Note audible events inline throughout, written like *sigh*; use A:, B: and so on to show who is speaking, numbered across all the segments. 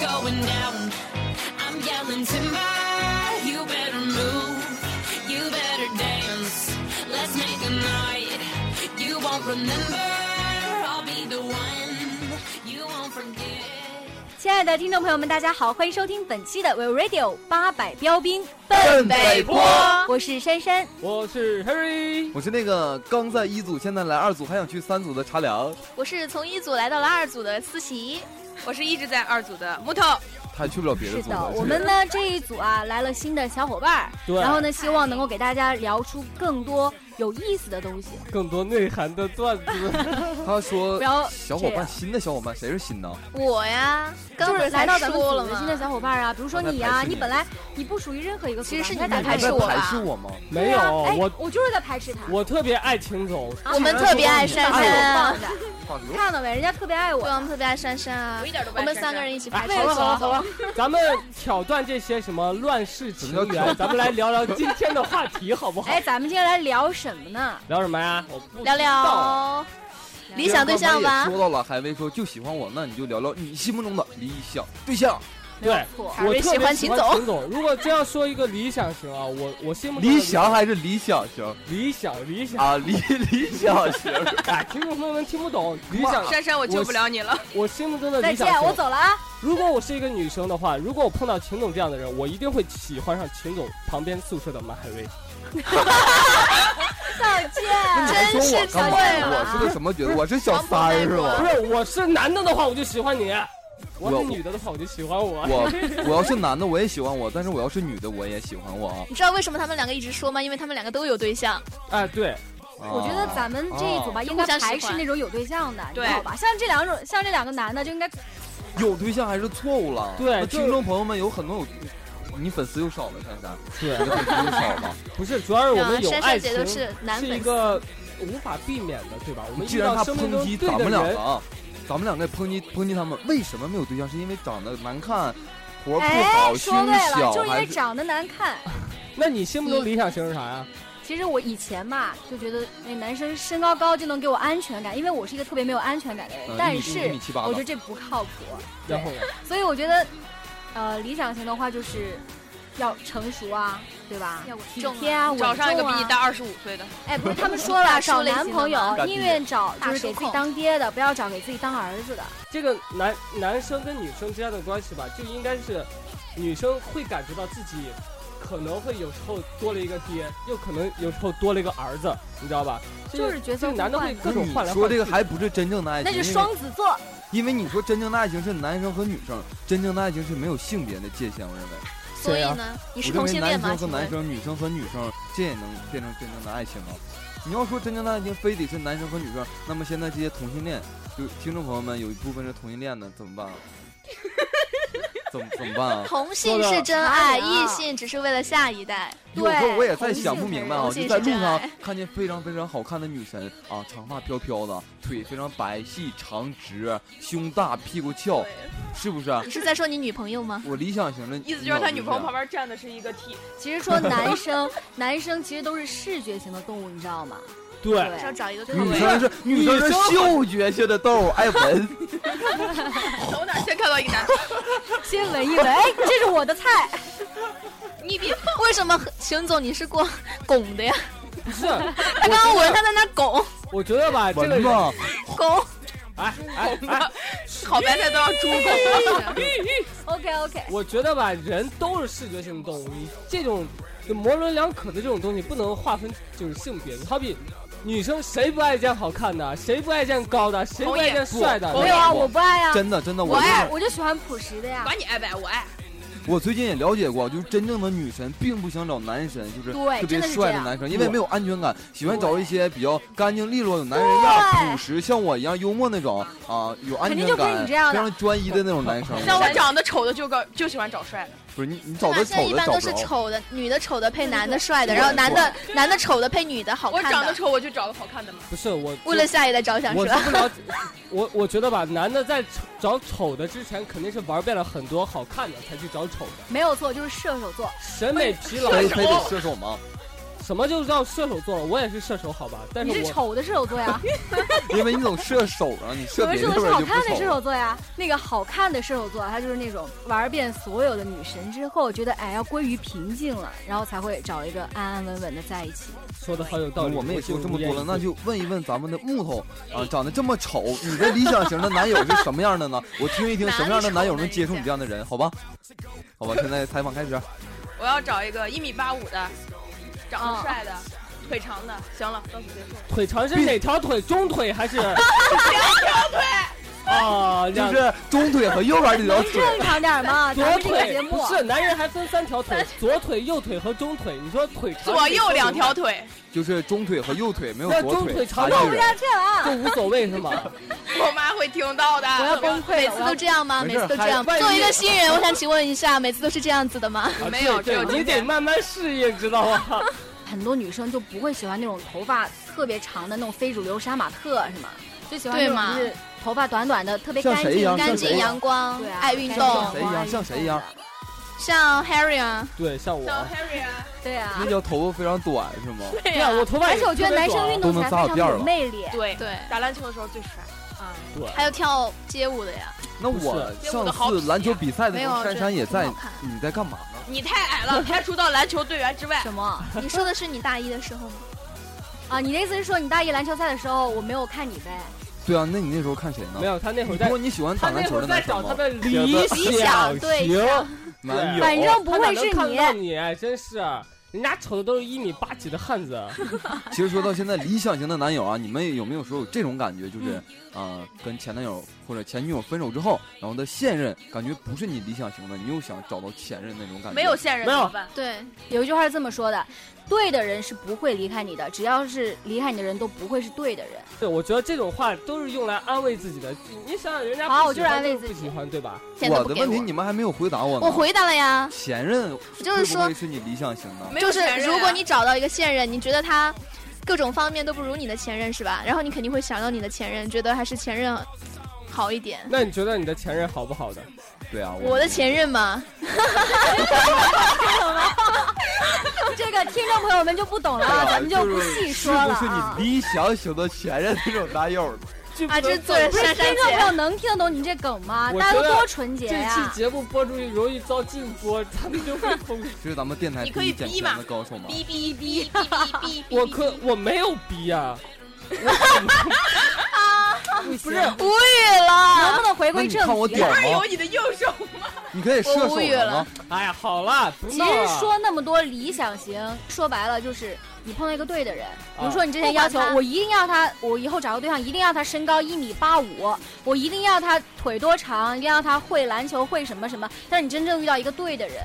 A: going down. I'm yelling timber, you better move, you better dance. Let's make a night. You won't remember, I'll be the one. You won't forget.
B: 亲爱的听众朋友们，大家好，欢迎收听本期的 We Radio 八百标兵
C: 奔北坡
B: 我是珊珊。
D: 我是 Harry，
C: 我是那个刚在一组，现在来二组，还想去三组的茶凉，
E: 我是从一组来到了二组的思琪，我是一直在二组的木头。
C: 他去不了别的
B: 是
C: 组
B: 的
C: 了。，
B: 我们呢这一组啊来了新的小伙伴儿，
D: 对
B: 然后呢希望能够给大家聊出更多有意思的东西。
D: 更多内涵的段子。
C: 他说
B: 不要
C: 小伙
B: 这
C: 伴，
B: 样
C: 新的小伙伴，谁是新呢？
E: 我呀，刚
B: 就
E: 不
B: 是
E: 是
B: 来
E: 才
B: 到咱们
E: 说了
B: 组的
E: 吗？
B: 新的小伙伴儿啊，比如说你呀、
C: 他在排斥你
B: 你本来你不属于任何一个组吧，
E: 其实是
B: 你在
E: 你在
B: 打
E: 排
B: 排
C: 你
B: 斥
C: 在
E: 斥我吧
C: 排斥我吗？
D: 没有
B: 哎
D: 我，
B: 我就是在排斥他。
D: 我特别爱青总，
B: 啊
E: 我们特别爱珊
B: 哎呦
E: 珊啊
B: 棒，的
C: 放牛
B: 看到没？人家特别爱我
E: 对，。我们特别爱珊珊啊，我们三个人一起
C: 啊
E: 排斥
B: 哎好了
E: 我。
B: 好了好了
D: 咱们挑断这些什么乱世情
C: 什么叫挑
D: 缘，咱们来聊聊今天的话题好不好？
B: 哎，咱们今天来聊什么呢？
D: 聊什么呀？我不
E: 聊
D: 知道
E: 聊理想对象吧
C: 刚才也。说到了，海威说就喜欢我，那你就聊聊你心目中的理想对象。
D: 对，
B: 错，
E: 还
D: 我
E: 是
D: 特
E: 喜
D: 别
E: 欢
D: 喜
E: 秦
D: 欢
E: 总
D: 秦总。如果这样说一个理想型啊，我我心目中的
C: 理想还是理想型
D: 理想理想，
C: 啊？理 *laughs* 理想型，
D: 哎，听众朋友们听不懂理想。
F: 珊珊，我救不了你了。
D: 我心目中的
B: 再
D: 理想
B: 见，我
D: 型，
B: 走了啊。
D: 如果我是一个女生的话，如果我碰到秦总这样的人，我一定会喜欢上秦总旁边宿舍的马海威。
B: 再见。
C: 那你还说我干嘛？
E: 真是啊
C: 我是个什么角色？我是小
E: 王婆
C: 三儿
E: 卖
C: 是
E: 瓜
C: 吧
D: 不？是，我是男的的话，我就喜欢你；我
C: 我
D: 是女的的话，我就喜欢我。
C: 我我要是男的我也喜欢我，但是我要是女的我也喜欢我啊。
E: 你知道为什么他们两个一直说吗？因为他们两个都有对象。
D: *laughs* 哎，对，
C: 哦
B: 我觉得
C: 啊
B: 咱们这一组吧，应该排斥那种有对象的，你知道吧？像这两种，像这两个男的就应该
C: 有对象还是错误了。
D: 对
C: 那
D: 就
C: 听众朋友们有很多有，你粉丝又少了，珊珊，
D: 对
C: 你，的粉丝又少了。
D: 不是，主要是我们有
E: 啊珊
D: 爱
E: 珊
D: 情
E: 姐，都是男
D: 一
E: 粉丝。
D: 个无法避免的，对吧？我们
C: 既
D: 遇
C: 然
D: 到
C: 他
D: 生命
C: 抨
D: 中
C: 击
D: 对
C: 咱
D: 的
C: 们两
D: 人
C: 个，啊，咱们两个抨击抨击他们为什么没有对象，是因为长得难看，活不
B: 哎
C: 好，，胸
B: 说对了，
C: 小
B: 就是因
C: 还
B: 为
C: 是？
B: 长得难看。
D: 那你心目中理想型是啥呀？
B: 其实我以前嘛就觉得那男生身高高就能给我安全感，因为我是一个特别没有安全感的人
C: 嗯，一
B: 但
C: 米一
B: 是
C: 米七八
B: 我
C: 吧
B: 觉得，这不靠谱，
D: 然后呢
B: 所以我觉得，呃，理想型的话就是要成熟啊，对吧？
E: 要稳
B: 体
E: 重啊
B: 贴啊，稳重
F: 找
B: 啊。
F: 上一个比你大二十五岁的，
B: 哎，不是他们说了，
E: 大叔
B: 找
E: 类型
B: 男
E: 的
B: 朋
E: 吗
B: 友
C: 大
B: 宁
C: 弟
B: 愿找
E: 大
B: 就是
E: 叔
B: 给自己
E: 控
B: 当爹的，不要找给自己当儿子的。
D: 这个男男生跟女生之间的关系吧，就应该是女生会感觉到自己可能会有时候多了一个爹，又可能有时候多了一个儿子，你知道吧？这个
B: 就是角色
D: 这个男的会各
C: 那
D: 种
C: 你
D: 换来换去。
C: 说这个还不是真正的爱情，
B: 那是
C: 因为
B: 双子座，
C: 因为你说真正的爱情是男生和女生，真正的爱情是没有性别的界限，我认为。
E: 所
D: 谁
E: 以
D: 呀
E: 呢，你
C: 啊我
E: 是
C: 认
E: 同
C: 为
E: 性
C: 男
E: 恋吗？
C: 生和
E: 请
C: 男
E: 问
C: 生、女生和女生，这也能变成真正的爱情吗？你要说真正的爱情，非得是男生和女生，那么现在这些同性恋，就听众朋友们有一部分是同性恋的，怎么办啊？怎么怎么办啊？
E: 同性是真
C: 哎
E: 爱，异性只是为了下一代。
C: 有时候我也在
B: 同性
C: 想不明白啊，
E: 才是
C: 就在路
E: 真
C: 上
E: 爱
C: 看见非常非常好看的女神啊，长发飘飘的，腿非常白细长直，胸大屁股翘，是不是啊？
E: 你是在说你女朋友
C: *laughs*
E: 吗？
C: 我理想型的
F: 意思就是他女朋友
C: 脑
F: 旁
C: 子
F: 边站的是一个 T，
B: 其实说男生，男生其实都是视觉型的动物，你知道吗？
C: 啊
D: 对，
E: 是要找一个
C: 这
E: 更
C: 样女
F: 旁
C: 生
F: 边
C: 是女生是
D: 女生
C: 嗅觉性的动物，爱闻。
F: 走哪儿先看到一个男的，
B: 先闻一闻，哎，这是我的菜。 *laughs*
F: 你比
E: *laughs* 为什么秦总你是过 *laughs* 拱的呀？
D: 不是，啊
E: 他刚刚闻他在那
C: *laughs*
E: 拱
D: 我觉得吧，这个
C: 闻
D: 人
C: 吧，
E: 拱，
D: 哎哎哎，
F: 好白菜都
D: *laughs*
F: 要猪狗。
B: OK OK，
D: 我觉得吧，人都是视觉性的动物，你这种模棱两可的这种东西不能划分就是性别。你好比女生谁不爱见好看的，谁不爱见高的，谁不爱见帅的？
F: 同
B: 没
F: 意
B: 有啊，
C: 我
B: 我不爱呀、啊，
C: 真的真的，我
B: 我
C: 就是
B: 爱，我就喜欢朴实的呀。
F: 管你爱不爱，我爱。
C: 我最近也了解过，就是真正的女神并不想找男神，就是
B: 对
C: 特别
B: 真的是
C: 帅
B: 这
C: 的
B: 样
C: 男生，因为没有安全感，喜欢找
B: 对
C: 一些比较干净利落、有男人样、
B: 对
C: 朴实，像我一样幽默那种啊，有安
B: 肯定
C: 全
B: 就不是
C: 感、
B: 你这
C: 非
B: 样的
C: 常专一的那种
B: *laughs*
C: 男生。
F: 像我长得丑的就个就喜欢找帅的，
C: 不是你，你找
E: 现
C: 个
E: 在
C: 丑
E: 一
C: 的
E: 般
C: 找
E: 都
C: 不
E: 是
C: 着。
E: 丑的，女的丑的配男的帅的，
C: 对
E: 然后男的男的丑的配女的好
F: 我
E: 看
F: 长得
E: 的。
F: 丑我就找个好看的嘛。
D: 不是我，
E: 为了下一代着想
D: 我
E: 是
D: 是
E: 吧？
D: 不了解，我我觉得吧，男的在丑找丑的之前，肯定是玩遍了很多好看的才去找丑的，
B: 没有错，就是射手座。
D: 审美疲劳。
C: 非非得射手吗？
D: 什么就叫射手座了？我也是射手，好吧？但
B: 你
D: 是
B: 是
D: 我
B: 丑的射手座呀，
C: 因为你总射手啊，你 *laughs* 射
B: 我
C: 别
B: 们说的
C: 人的时
B: 是
C: 候
B: 好
C: 就不
B: 看的射
C: 丑
B: 手座呀。那个好看的射手座，他就是那种玩遍所有的女神之后，觉得哎要归于平静了，然后才会找一个安安稳稳的在一起。
D: 说的好有道理。
C: 嗯我们也
D: 就
C: 说这么
D: 无言
C: 多了，
D: 以
C: 那
D: 对
C: 就问一问咱们的木头啊，长得这么丑，你的理想型的男友是什么样的呢？我听一听什么样的男友能接受你这样的人，好吧？好吧，现在采访开
D: *laughs*
C: 始。
F: 我要找一个一米八五的，长得帅的，腿长的。行了，到此结束。
D: 腿长是哪条腿？中腿还是？两条腿。啊，
C: 就
D: 就是
C: 中腿和右边这条腿，
B: 正常点嘛，咱们这
D: 左
B: 个节
D: 腿
B: 目
D: 不是男人还分三条腿，左腿、右腿和中腿。你说腿长
F: 左右两条，腿，
C: 就是中腿和右腿没有
D: 那
C: 左
D: 中腿长
C: 差
D: 度
C: 一
B: 不
C: 人
B: 要这
D: 就
B: 样，啊
D: 无所谓是吗？
F: 我妈会听到的。
B: 我要崩溃
G: 每
B: 了，
G: 次
B: 我
G: 都
B: 要
G: 这样吗？
C: 没
G: 每
C: 事
G: 次都
C: 还
G: 这样。
D: 万一
G: 作为一个新人，我想请问一下，每次都是这样子的吗？
D: 啊
F: 没有
D: 对
F: 只有
D: 对，你
F: 今
D: 得
F: 天
D: 慢慢适应，知道吗？
B: 很多女生就不会喜欢那种头发特别长的那种非主流杀马特，是吗？就喜欢那
G: 对
B: 种
G: 嘛
B: 就是头发短短的，特别
C: 像
B: 干
C: 谁一
B: 净
C: 样
B: 干
G: 干
B: 净
C: 像
G: 净
C: 谁
B: 呀。
G: 阳光
B: 对啊，
G: 爱运
B: 干净
G: 动，
C: 谁一样像谁一样？
G: 像 Harry 啊，
D: 对，像我，
F: 像 Harry 啊，
B: 对啊
C: 那，叫头发非常短是吗？
F: 对
D: 对啊，我头发也
B: 而且我觉得
D: 特别
B: 男生
C: 啊
D: 短
B: 运动起来非常有魅力。
F: 对，
G: 对，
F: 打篮球的时候最帅。
D: 对
G: 还有跳街舞的呀，
C: 那我上次篮球比赛的时候，珊珊也在，你在干嘛呢？
F: 你太矮 *laughs* 了，排除到篮球队员之外。
B: 什么
G: 你说的是你大一的时候吗？
B: 啊？你的意思是说你大一篮球赛的时候我没有看你呗？
C: 对啊，那你那时候看谁呢
D: 没？有他那会儿
C: 你
D: 在
C: 说，你喜欢
D: 他
C: 打篮
D: 那
C: 球
D: 会儿
C: 的
D: 在
C: 男生
D: 找他
C: 吗？
D: 的
G: 理
D: 想
G: 想对象，
C: 男友，
D: 有
B: 反正不
D: 他哪
B: 会
D: 能
B: 是
D: 看
B: 你
D: 到你，哎真是啊人家瞅的都是一米八几的汉子。
C: 其实说到现在，理想型的男友啊，你们有没有说有这种感觉，就是啊、呃跟前男友或者前女友分手之后，然后的现任感觉不是你理想型的，你又想找到前任那种感觉？
F: 没有现任
D: 没
F: 怎
D: 有
F: 么办？
G: 对，
B: 有一句话是这么说的：对的人是不会离开你的，只要是离开你的人都不会是对的人。 *laughs*
D: 对，我觉得这种话都是用来安慰自己的。你想想，人家
B: 好
D: 不
B: 我就
D: 喜欢
B: 是安慰
D: 不
B: 自己
D: 喜欢对吧？
G: 钱都
C: 我
G: 不
C: 的
G: 给
C: 问题
G: 我。
C: 你们还没有回答我呢。
G: 我回答了呀，
C: 前任
G: 就是
C: 会
G: 说
C: 不会是你理想型的？
F: 没有
G: 就是
F: 前任啊
G: 如果你找到一个现任，你觉得他各种方面都不如你的前任是吧？然后你肯定会想到你的前任，觉得还是前任好一点。
D: 那你觉得你的前任好不好的？
C: 对啊，
G: 我的前任嘛，
B: 这个听众朋友们就不懂了，啊，
C: 对啊
B: 咱们就不细
C: 是
B: 说了
C: 不是
B: 啊。
C: 你理想型的前任那种男友？
G: 啊，这做
B: 不是
G: 珊珊
B: 听众朋
G: 姐，
B: 友能听懂你这梗吗？
D: 我
B: 大家都
D: 觉得
B: 多纯洁
D: 这
B: 呀、
D: 期节目播出去容易遭禁播，他们就会封。
B: *laughs*
C: 就是咱们电台
F: 你可以
C: 第一
F: 逼
C: 剪
F: 嘛
C: 片的高手吗？
F: 哔哔哔哔哔哔
D: *laughs* 我可我没有逼啊，
C: 不是，
G: 无语
B: 啊能
G: 了
B: 不。能回
C: 那
B: 归
C: 你
B: 正
C: 看我
B: 题
C: 屌
B: 了？
F: 有
C: 吗？
F: 你的右手吗？
C: 你可以射手啊
G: 我无语
C: 了吗
G: 了？
D: 哎呀，好了，不
B: 其
D: 闹
B: 实
D: 了。
B: 说那么多理想型，说白了就是你碰到一个对的人。比
D: 啊
B: 如说你之前
G: 不管
B: 要求
G: 他
B: 我一定要他，我以后找个对象一定要他身高一米八五，我一定要他腿多长，一定要他会篮球会什么什么。但是你真正遇到一个对的人，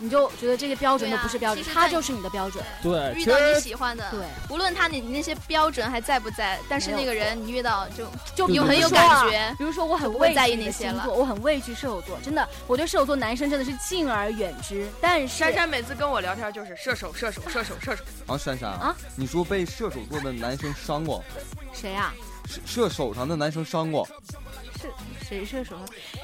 B: 你就觉得这些标准都
G: 对啊
B: 不是标准，
G: 其实
B: 他
G: 在
B: 就是你的标准。
D: 对，
G: 遇
D: 其
G: 到你
D: 实
G: 喜欢的，
B: 对，
G: 无论他你那些标准还在不在，但是那个人你遇到就
B: 就
D: 对
B: 比
G: 有
B: 如
G: 很有
B: 说啊
G: 感觉。
B: 比如说我很
G: 不
B: 畏
G: 会
B: 惧
G: 在意
B: 你的
G: 那些
B: 星
G: 了
B: 座我很畏惧射手座，真的，我对射手座男生真的是敬而远之。但是
F: 珊珊每次跟我聊天就是射手，射手，射手，射手。
C: 啊，珊珊
B: 啊，
C: 你说被射手座的男生伤过，
B: 谁啊？
C: 射射手上的男生伤过，
B: 是谁射手？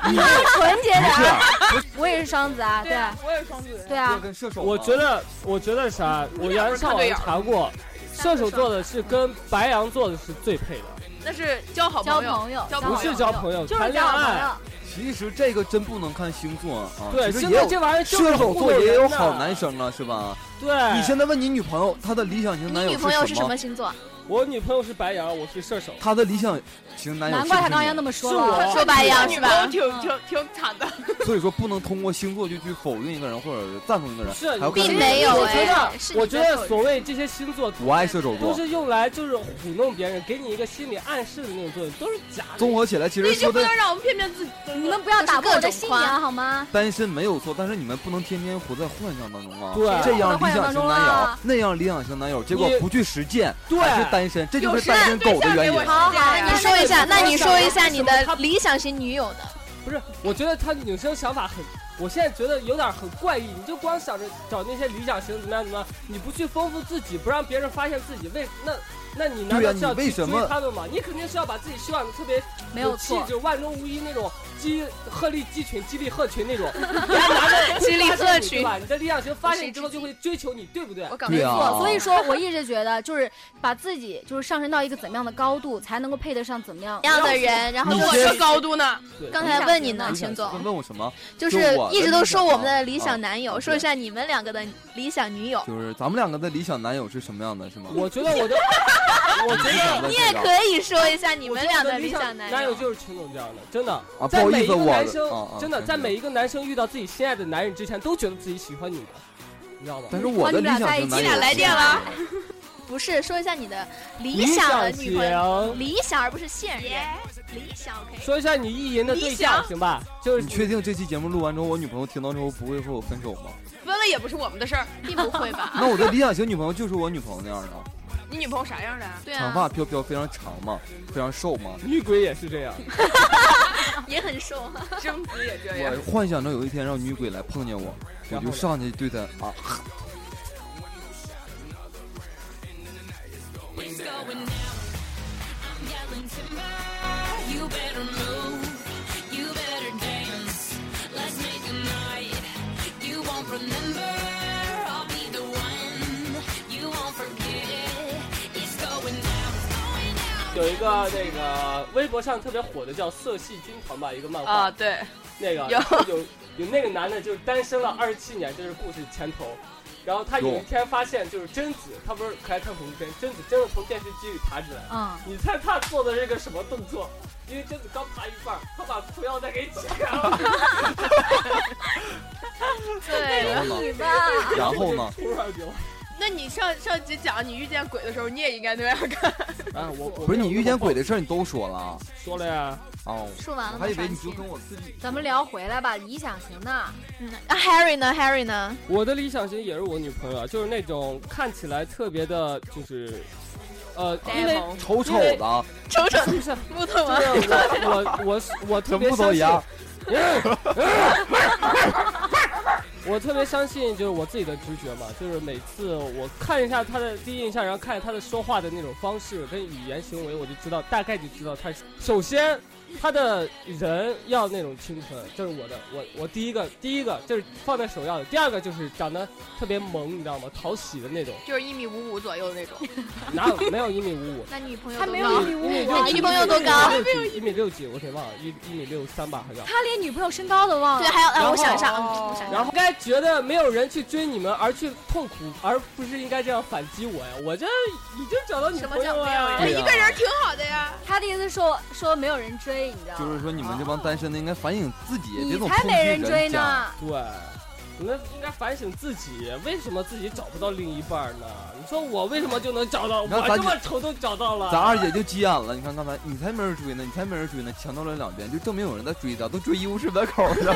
B: *laughs*
C: 你
B: 纯洁
C: 不
B: 点，
C: 是？
B: 我也是双子啊，对啊，，
F: 我也是双子。
B: 对
C: 要
B: 啊，
C: 跟射手吗，
D: 我觉得，我觉得啥？我原来上网查过，射手座的是跟白羊座的是最配的，
F: 那是交好
B: 交
F: 朋友。
B: 朋友
F: 交
D: 不
F: 朋友
D: 是交朋友，
B: 就是
D: 谈恋
B: 交好朋
D: 爱。
B: 友。
C: 其实这个真不能看星座啊，啊
D: 对，
C: 其
D: 现
C: 实也
D: 在
C: 有
D: 这玩意儿就是
C: 射手座也有好男
D: 男。
C: 生啊，是吧？
D: 对，
C: 你现在问你女朋友，她的理想型
G: 你
C: 男友
G: 女朋友是
C: 是
G: 什
C: 什么
G: 么？星座？
D: 我女朋友是白羊，我是射手。
C: 她的理想型男友
B: 难怪他刚刚要那
C: 么，
B: 么说
D: 是
B: 了，哦
D: 我
G: 说白羊
F: 女
G: 是
F: 朋友
G: 吧？
F: 挺挺挺惨
D: *laughs*
F: 的，
C: 所以说不能通过星座就去否定一个人或者是赞同一个人，
D: 是啊
C: 还要看
G: 并
C: 这个
G: 没有
D: 我觉
G: 哎
D: 得，
G: 是你
D: 我觉
G: 在
D: 得
G: 扣
D: 所谓这些星座
C: 我爱射手座。
D: 都是用来就是糊弄别人，给你一个心理暗示的那种作用，都是假的。
C: 综合起来，其实
F: 你
C: 说
F: 就不
C: 的
F: 能让我们骗骗自己。
B: 嗯你们不要打破我的信仰好吗？
C: 单身没有错，但是你们不能天天活在幻想当中啊！
D: 对
C: 这样理想
B: 活在幻
C: 型男
B: 想当中
C: 友
B: 啊，
C: 那样理想型男友，结果
D: 你
C: 不去实践，
D: 对
C: 还是单身，这就
F: 有
C: 是
F: 时代
C: 单身狗的原因。
B: 好好
G: 你说一下，那你说一下你
D: 为什
G: 的
D: 么他
G: 理想型女友呢？
D: 不是，我觉得他女生想法很，我现在觉得有点很怪异。你就光想着找那些理想型怎么样怎么样，你不去丰富自己，不让别人发现自己，为那那你难
C: 对呀啊
D: 道是要
C: 你为
D: 去
C: 什
D: 追
C: 么
D: 他们吗？你肯定是要把自己修养的特别
B: 没有
D: 气
B: 错。
D: 质，万中无一那种激鹤立鸡群、激励鹤群
G: *laughs*
D: 那种。你还拿着激励鹤群吧？你的理想型发现之后就会追求你，对不对？
C: 对啊呀、
B: 错，所以说我一直觉得，就是把自己就是上升到一个怎么样的高度，才能够配得上怎么样
G: 一样的人，然后
C: 你
G: 就
C: 先
G: 是
F: 这高度呢？
D: 对，
G: 刚才问你呢，秦
C: 问
G: 总，
C: 问我什么？
G: 就是一直都说我们的
C: 理
G: 理
C: 想
G: 想男
C: 啊
G: 友，说一下你们两个的理想女友。
C: 就是咱们两个的理想男友是什么样的，是吗？
D: 我觉得我
G: *laughs*
D: 的，我觉得。
G: 你也可以说一下你
D: 我
G: 们
D: 觉
G: 俩
D: 得
G: 的
D: 理
G: 理想
D: 男
G: 男友。
D: 就是秦总这样的，真的。
C: 啊
D: 在
C: 不好
D: 每
C: 意
D: 一
C: 思
D: 个
C: 我
D: 男
C: 的
D: 生、
C: 啊啊
D: 真的，
C: 真
D: 在
C: 是
D: 每一个男生遇到自己心爱的男人之前，都觉得自己喜欢女的，你知道吗？
C: 但是我的理想型男友，
B: 你俩来
G: 电了，不是说一下你的理想的女朋友，
D: 型，
G: 理想而不是现任，理想 *laughs* OK。
D: 说一下你意淫的对
F: 理
D: 象
F: 想
D: 行吧？就是
C: 你确定这期节目录完之后，我女朋友听到之后不会和我分手吗？
F: 分了也不是我们的事儿。
G: 并不会吧？
C: 那我的理想型女朋友就是我女朋友那样的，
F: 你女朋友啥样的啊？
G: 对
C: 长
G: 啊，
C: 发飘飘，非常长嘛，非常瘦嘛。
D: 女鬼也是这样，
G: *laughs* 也很瘦。啊
F: 贞子也这样。
C: 我幻想着有一天让女鬼来碰见我，我
D: 然后
C: 就
D: 呢
C: 上去对她啊，
A: It's going down. I'm yelling timber. You better move. You better dance. Let's make a night. You won't remember. I'll be the one. You won't forget it. It's going down. It's going down.
D: 有一个那个微博上特别火的叫《色系军团》吧，一个漫画，
F: 啊，对，
D: 那个
F: 有
D: 有有那个男的就是单身了二十七年，这是故事前头。然后他有一天发现，就是贞子，他不是可爱看恐怖片，贞子真的从电视机里爬起来。
B: 嗯，
D: 你猜他做的是个什么动作？因为贞子刚爬一半儿，他把裤腰带给解了，
G: *laughs*
C: 然后呢， *laughs* 然后呢，
D: 突然 *laughs* 就
F: 那你上上集讲你遇见鬼的时候，你也应该那样干。
D: 啊，我我
C: 哎不是你遇见鬼的事儿你都说了啊
D: 说了呀，
C: 哦，
G: 说
C: 我
G: 完
B: 嗯
G: 了吗？
C: 还以为
G: 上
C: 你
G: 一
C: 就
G: 期
C: 跟我自己
B: 咱们聊回来吧，理想型的，
G: 嗯，啊，Harry 呢？Harry 呢？
D: 我的理想型也是我女朋友，啊，就是那种看起来特别的，就是，呃，因为
C: 丑丑的啊，
G: 瞅瞅，
D: 不是
G: 木头吗？
D: 就是我我我我特
C: 跟
D: 别
C: 木头
D: 相
C: 一
D: 信
C: 样，。
B: 啊
D: 我特别相信就是我自己的直觉嘛，就是每次我看一下他的第一印象，然后看他的说话的那种方式跟语言行为，我就知道大概就知道他是。首先，他的人要那种清纯，这、是我的，我我第一个第一个就是放在首要的，第二个就是长得特别萌，你知道吗？讨喜的那种，
F: 就是一米五五左右的那种。
D: 哪有没有一米五五？
G: 那女朋友
B: 他
G: 多
B: 没
G: 高
B: 有一？米五五
G: 那
B: 啊，
G: 你女朋友多高？
D: 一米六几，我给忘了，一一米六三吧，好像。
B: 他连女朋友身高都忘
G: 对，
B: 了。
G: 还有，
D: 然
G: 哎，
D: 后
G: 我想一下，嗯我想一下
D: 然后应该觉得没有人去追你们而去痛苦，而不是应该这样反击我呀！我这已经找到女朋友了啊呀
B: 啊
C: 对。呀
F: 一个人挺好的呀。
B: 他的意思说说没有人追，你知道吗？
C: 就是说你们这帮单身的应该反省自己，别
B: 你
C: 总
B: 才
C: 抨
B: 没人
C: 击
B: 追
C: 家。
B: 呢。
D: 对，你们应该反省自己，为什么自己找不到另一半呢？你说我为什么就能找到？
C: 你看
D: 我
C: 咱
D: 这么丑都找到了。
C: 咱二姐就急眼了，你看刚才你才没人追呢，你才没人追呢，强调了两遍，就证明有人在追她，都追医务室门口
B: *laughs*
C: 去了。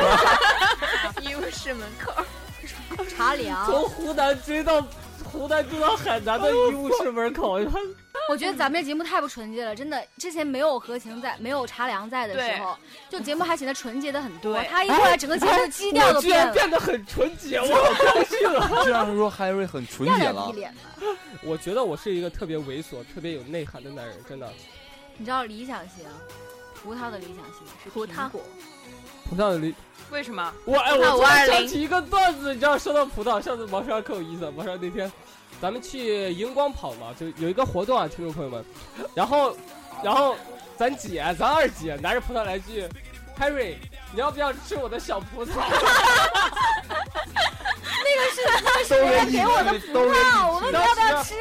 G: 医务室门口，
B: 茶凉，
D: 从湖南追到湖南追到海南的医务室门
B: *laughs*
D: 口，你看
B: 我觉得咱们这节目太不纯洁了，真的。之前没有何晴在，没有茶凉在的时候，就节目还显得纯洁的很多。
F: 对
B: 他一过来，整个节目的基调
D: 我
B: 都
D: 居
B: 变
D: 然
B: 了，
D: 变得很纯洁，我好高兴
C: *laughs*
D: 啊！
C: 这样说 Harry 很纯
B: 要
C: 洁
B: 脸
C: 了
B: 不。脸了。
D: 我觉得我是一个特别猥琐、特别有内涵的男人，真的。
B: 你知道理想型，葡萄的理想型是
G: 葡萄
B: 苹果
D: 葡萄的
F: 为什么？
D: 我哎，我
G: 那
D: 突然
G: 520
D: 想起一个段子，你知道，说到葡萄，上次毛少跟我意思，毛少那天，咱们去荧光跑嘛，就有一个活动啊，听众朋友们，然后，然后咱姐，咱二姐拿着葡萄来一句，Harry，你要不要吃我的小葡萄？
C: 都人
B: 给我的葡萄，我问你要不要吃？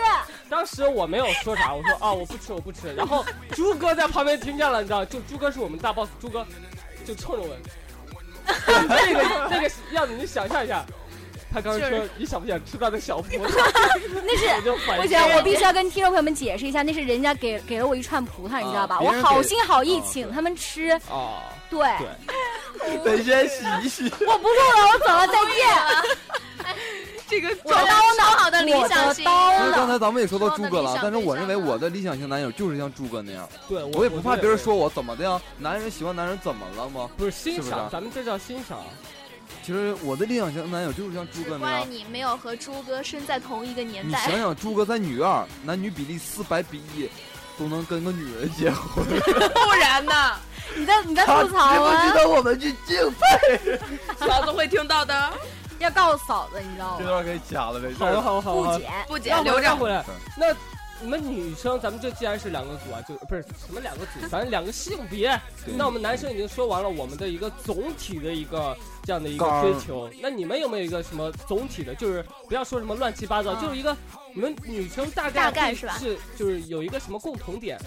D: 当时我没有说啥，我说啊，我不吃，我不吃。然后朱哥在旁边听见了，你知道，就朱哥是我们大 boss，朱哥就冲着我， *laughs* 那个那个样子，你想象一下，他刚刚
G: 就
D: 说你想不想吃他的小葡萄？
B: *laughs* 那是
D: *laughs* 我就反
B: 不
D: 应
B: 行，我必须要跟听众朋友们解释一下，那是人家给给了我一串葡萄，你知道吧？
C: 啊别
B: 我
C: 人给
B: 好心好意
C: 啊
B: 请
C: 对
B: 他们吃，
D: 哦，
B: 对，
D: 对
C: 得先洗一洗。
B: 我不录了，我走了，再见。
F: 这个
G: 我刀呢？好的理
B: 我
G: 想
B: 的
G: 型，
C: 其
B: 刀
C: 实
B: 呢？
C: 刚才咱们也说到
G: 说到
C: 朱
G: 那
C: 哥
G: 理
C: 了，
G: 想
C: 但是
G: 对
C: 我
G: 象
C: 认为
G: 呢
C: 我的理想型男友就是像朱哥那样，
D: 对，我
C: 我也不怕
D: 觉得
C: 别人说我怎么的呀，男人喜欢男人怎么了吗？
D: 不是欣
C: 是不是
D: 赏，
C: 啊
D: 咱们这叫欣赏。
C: 其实我的理想型男友就是像猪哥那
G: 只怪
C: 样。
G: 你没有和猪哥生在同一个年
C: 你
G: 代。 *laughs*
C: 想想，猪哥在女二，男女比例四百比一，都能跟个女人结婚，
F: 不然呢？
B: 你在你在
C: 他
B: 吐
C: 值
B: 槽
C: 不
B: 啊
C: 值？得我们去敬佩？
F: 嫂子会听到的。
B: 要告诉嫂子，你知道
C: 这
B: 吗？
C: 段可以掐了呗。
D: 好了好了好了
B: 不
D: 好了，
B: 解，
F: 不解
D: 那我
F: 留
D: 们
F: 着
D: 绕。回来。那你们女生，咱们这既然是两个组啊，就不是什么两个组，反正两个性别。
C: 对
D: 那我们男生已经说完了我们的一个总体的一个这样的一
C: 杆
D: 个
C: 儿
D: 追求，那你们有没有一个什么总体的？就是不要说什么乱七八糟，
B: 嗯
D: 就是一个你们女生大概
G: 大概
D: 会
G: 是吧
D: 是就是有一个什么共同点？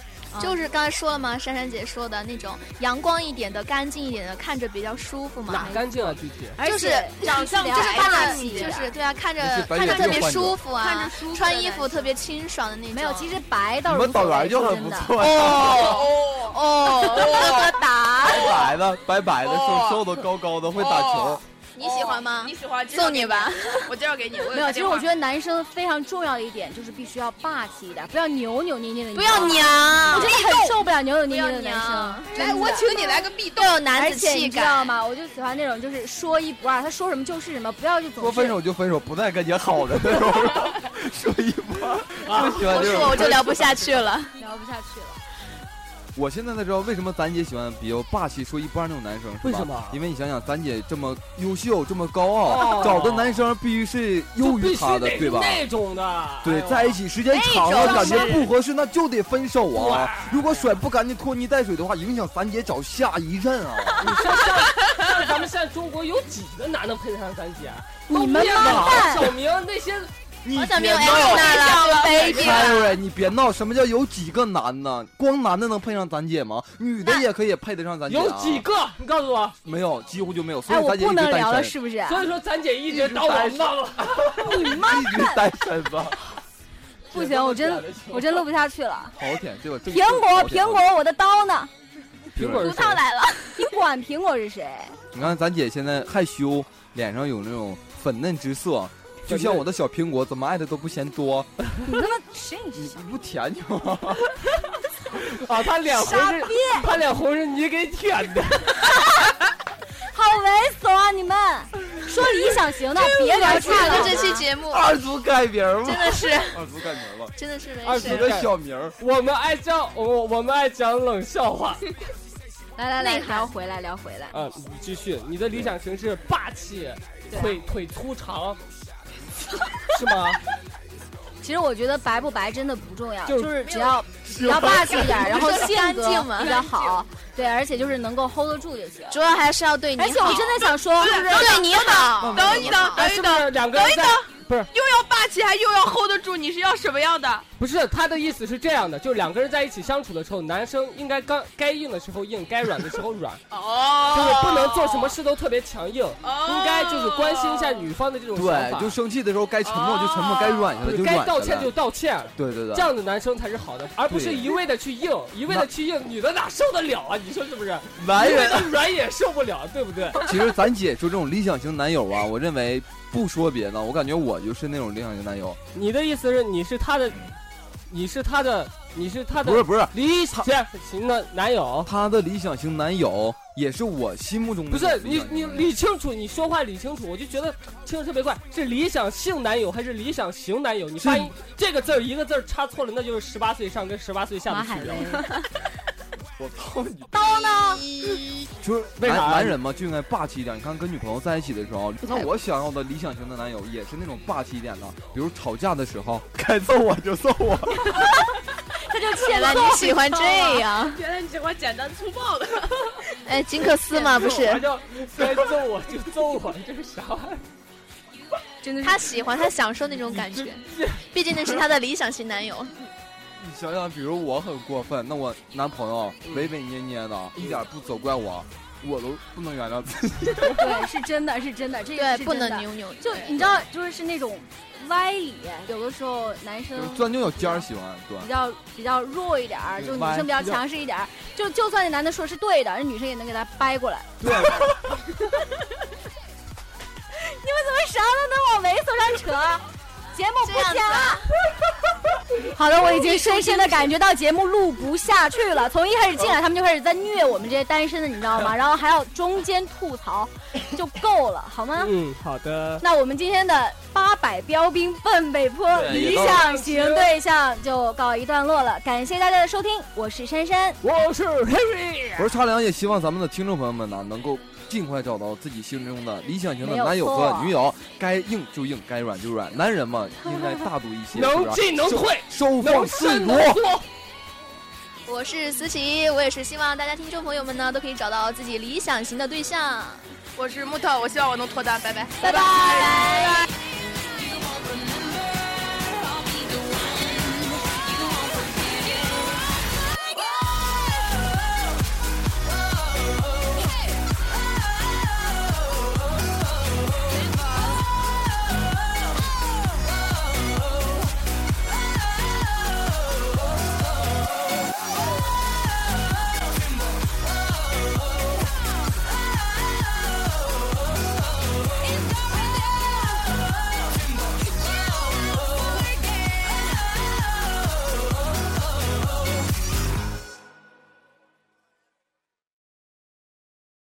G: 就是刚才说了嘛，珊珊姐说的那种阳光一点的、干净一点的，看着比较舒服嘛
D: 哪。干净啊？具体
G: 就是
B: 长相
G: 就是看
B: 气一
G: 着，
B: 点
G: 就是对啊，看着
C: 那些白
G: 看着
C: 眼
G: 特
C: 病
G: 别
C: 患者
G: 舒服啊，
E: 看着舒服的
G: 穿衣服
E: 感觉
G: 特别清爽的那种。
B: 没有，其实白倒
C: 你
B: 是
C: 们
B: 无所
C: 导
B: 谓
C: 员就很不
B: 真的
C: 错， *laughs*
F: 哦
G: 哦，
B: 么打，
C: 白白的，白白的，
F: 哦
C: 瘦瘦的，高高的，会打球
F: 哦。
G: 你喜欢吗
F: 你？喜欢介绍
G: 送你吧。
F: 给你，我介绍给你。
B: 没有。其实我觉得
F: 得
B: 男生非常重要的一点就是必须要霸气一点，不要扭扭捏捏的。
G: 不要，娘
B: 我，真的很受不了扭扭
G: 不
B: 捏
G: 要
B: 捏的男
G: 娘哎
B: 生。，
E: 来，我请你来个壁咚。
G: 要有男
B: 而
G: 子
B: 且你
G: 气
B: 知道
G: 概。
B: 吗？我就喜欢那种就是说一不二，他说什么就是什么，不要就总
C: 说分手就分手，不带跟你好的那种，说一不二，不喜欢
G: 我
C: 这
G: 啊说我
C: 种。
G: 就聊不下去了。
B: 是聊不下去了。
C: 我现在才知道为什么咱姐喜欢比较霸气、说一不二那种男生，是吧
D: 为什么
C: 因为你想想，咱姐这么优秀、这么高
D: 哦
C: 傲，找的男生必须是优于她
D: 就
C: 的
D: 必须，得
C: 对吧？
D: 那种的，哎
C: 对，
D: 呦
C: 在一起时间长了，
G: 那
C: 感
G: 种
C: 觉不合适，那就得分手啊
D: 哇！
C: 如果甩不干净、拖泥带水的话，影响咱姐找下一任啊！
G: *laughs*
D: 你说像像咱们现在中国有几个男的配得上咱姐？啊
B: 你们
D: 吗？
B: 妈蛋
D: 王小明那些
C: 你
G: 王
C: 别
G: 小明有
C: 闹
G: L 娜了，baby 了。
C: Carrie，你别闹！什么叫有几个男呢？光男的能配上咱姐吗？女的也可以配得上咱姐、啊。
D: 有几？个？你告诉我。
C: 没有，几乎就没有。所
B: 哎，
C: 以
B: 我
C: 咱姐
B: 不
C: 一直
B: 能
C: 单
B: 聊了，
C: 身，
B: 是不是？
D: 所以说，咱姐一直当王八了。
B: 你妈
C: *laughs* 一直单身吧。
B: 不行，我真我真录不下去了。
C: 好舔，对吧？这个啊
B: 苹果，苹果，，我的刀呢？
D: 苹果
G: 葡
D: 是
G: 萄来了，
B: 你管苹果是谁？
C: 你看咱姐现在害羞，脸上有那种粉嫩之色，就像我的小苹果，怎么爱的都不嫌多。
B: 你他妈谁？你
C: 你不舔你吗？
D: 啊，他脸红
B: 傻
D: 是
B: 逼，
F: *laughs*
D: 他脸红是你给舔的。
B: 好猥琐啊！
G: *laughs*
B: 你们说理想型的，别聊
G: 我
B: 这个
G: 看
B: 了
G: 了这期节
F: 哦
G: 目，
C: *laughs* 二组改名儿吗
G: 真？的是，
C: 二组改名了，
G: 真的是
D: 二十
G: 没
C: 起
G: 事。
C: 个小名儿。
D: 我们爱讲我我们爱讲冷笑
F: *laughs*
D: 话。
B: 来来来，
G: 内涵
B: 聊回来，聊回来。
D: 啊，你继续，你的理想型是霸气，腿腿粗
F: *laughs*
D: 长，是吗？
B: 其实我觉得白不白真的不重要，
D: 就
B: 就是只要只要霸气一
G: *laughs*
B: 点，然后
G: 你说
B: 性格
G: 干净吗
B: 比较好，对，而且就是能够 hold 得住就行。
G: 主要还是要对你好，
B: 而且我真的想说，
F: 是
G: 对你好。
F: 等一等，
D: 哎，
F: 等一
D: 是不
F: 等，
D: 是两个人在？不是，
F: 又要霸气还又要 hold 得住，你是要什么样的？
D: 不是，他的意思是这样的，就是两个人在一起相处的时候，男生应该刚该硬的时候硬，该软的时候
F: *laughs*
D: 软，
F: 哦，
D: 就是不能做什么事都特别强硬，
F: 哦，
D: 应该就是关心一下女方的这种想
C: 对，
D: 法，
C: 就生气的时候该沉默就沉默，
F: 哦
C: 该软下
D: 就
C: 来
D: 是
C: 就软
D: 该
C: 下
D: 道歉
C: 来
D: 就道歉。
C: 对对对，
D: 这样的男生才是好的，而不是
C: 对
D: 一味的去硬，一味的去硬，女的哪受得了啊？你说是不是？
C: 男
D: 一味
C: 人
D: 的软也受不了，对不 *laughs* 对？
C: 其实咱姐说这种理想型男友啊，我认为不说别的，我感觉我就是那种理想型男友。
D: 你的意思是你是他的，你是他的，你是他的
C: 不是不是，
D: 理想型的男友？
C: 他的理想型男友也是我心目中的
D: 不是你你
C: 理
D: 理清楚，你说话理清楚，我就觉得听着特别怪，是理想性男友还是理想型男友？你发音这个字儿一个字儿插错了，那就是十八岁上跟十八岁下
B: 马
D: 的区
B: 海
D: 别
B: 威
G: *laughs*
D: 了。，
C: 我操你！
B: 刀呢？
C: 就是
D: 为啥
C: 男男人嘛就应该霸气一点。你看跟女朋友在一起的时候，那我想要的理想型的男友也是那种霸气一点的，比如吵架的时
D: *laughs*
C: 候该揍我就揍我，
B: 他就欠
G: 原来
B: 揍。
G: 你喜欢这样，
F: 原来你喜欢简单粗暴的。
G: 哎，金克斯嘛，不
D: 还
G: *laughs* 是
D: 叫 *laughs* 该揍我就揍我，这是啥玩意儿？
B: 真的是
G: 他喜欢，他享受那种感觉， *laughs* 毕竟那是他的理想型男友。
C: *laughs* 你想想，比如我很过分，那我男朋友
D: 嗯
C: 唯唯捏捏的，一点不责怪我，我都不能原谅自己。
B: 对，是真的，是真的，这个
G: 对
B: 是，真
G: 不
B: 的
G: 能扭扭。
B: 就你知道，就是是那种歪理，有的时候男生
C: *laughs* 就是钻牛角尖儿喜欢，对。
B: *laughs* 比较比较弱一点儿，
C: 对
B: 就女
C: 歪
B: 嗯生比较
C: 比较
B: 强势一点儿，就就算那男的说是对的，那女生也能给他掰过 *laughs* 来。
C: 对，
B: 啊你们怎么啥都能往猥琐上扯？节目不
G: 这样
B: *laughs* 讲了，啊好的，我已经深深的感觉到节目录不下去了。 *laughs* 从一开始进来，他们就开始在虐我们这些单身的，你知道吗？然后还要中间吐槽，就够了，好
G: 啊
B: 吗？
D: 嗯，好的。
B: 那我们今天的八百标兵奔北坡
C: 对
B: 理想型对象就告一段落了，感谢大家的收听，我是珊珊。
D: 我是 Harry，
C: 我是茶凉，也希望咱们的听众朋友们呢，能够尽快找到自己心中的理想型的
B: 没有
C: 男友
B: 错
C: 和女友，该硬就硬，该软就软。男人嘛，应该大度一些，是
D: 能
C: 吧？
D: 进能退，
C: 收
D: 能
C: 放自
D: 伸
C: 如
D: 能。缩。
G: 我是思琪，我也是希望大家听众朋友们呢都可以找到自己理想型的对象。
F: 我是木头，我希望我能脱单，拜拜。
G: 拜拜。拜拜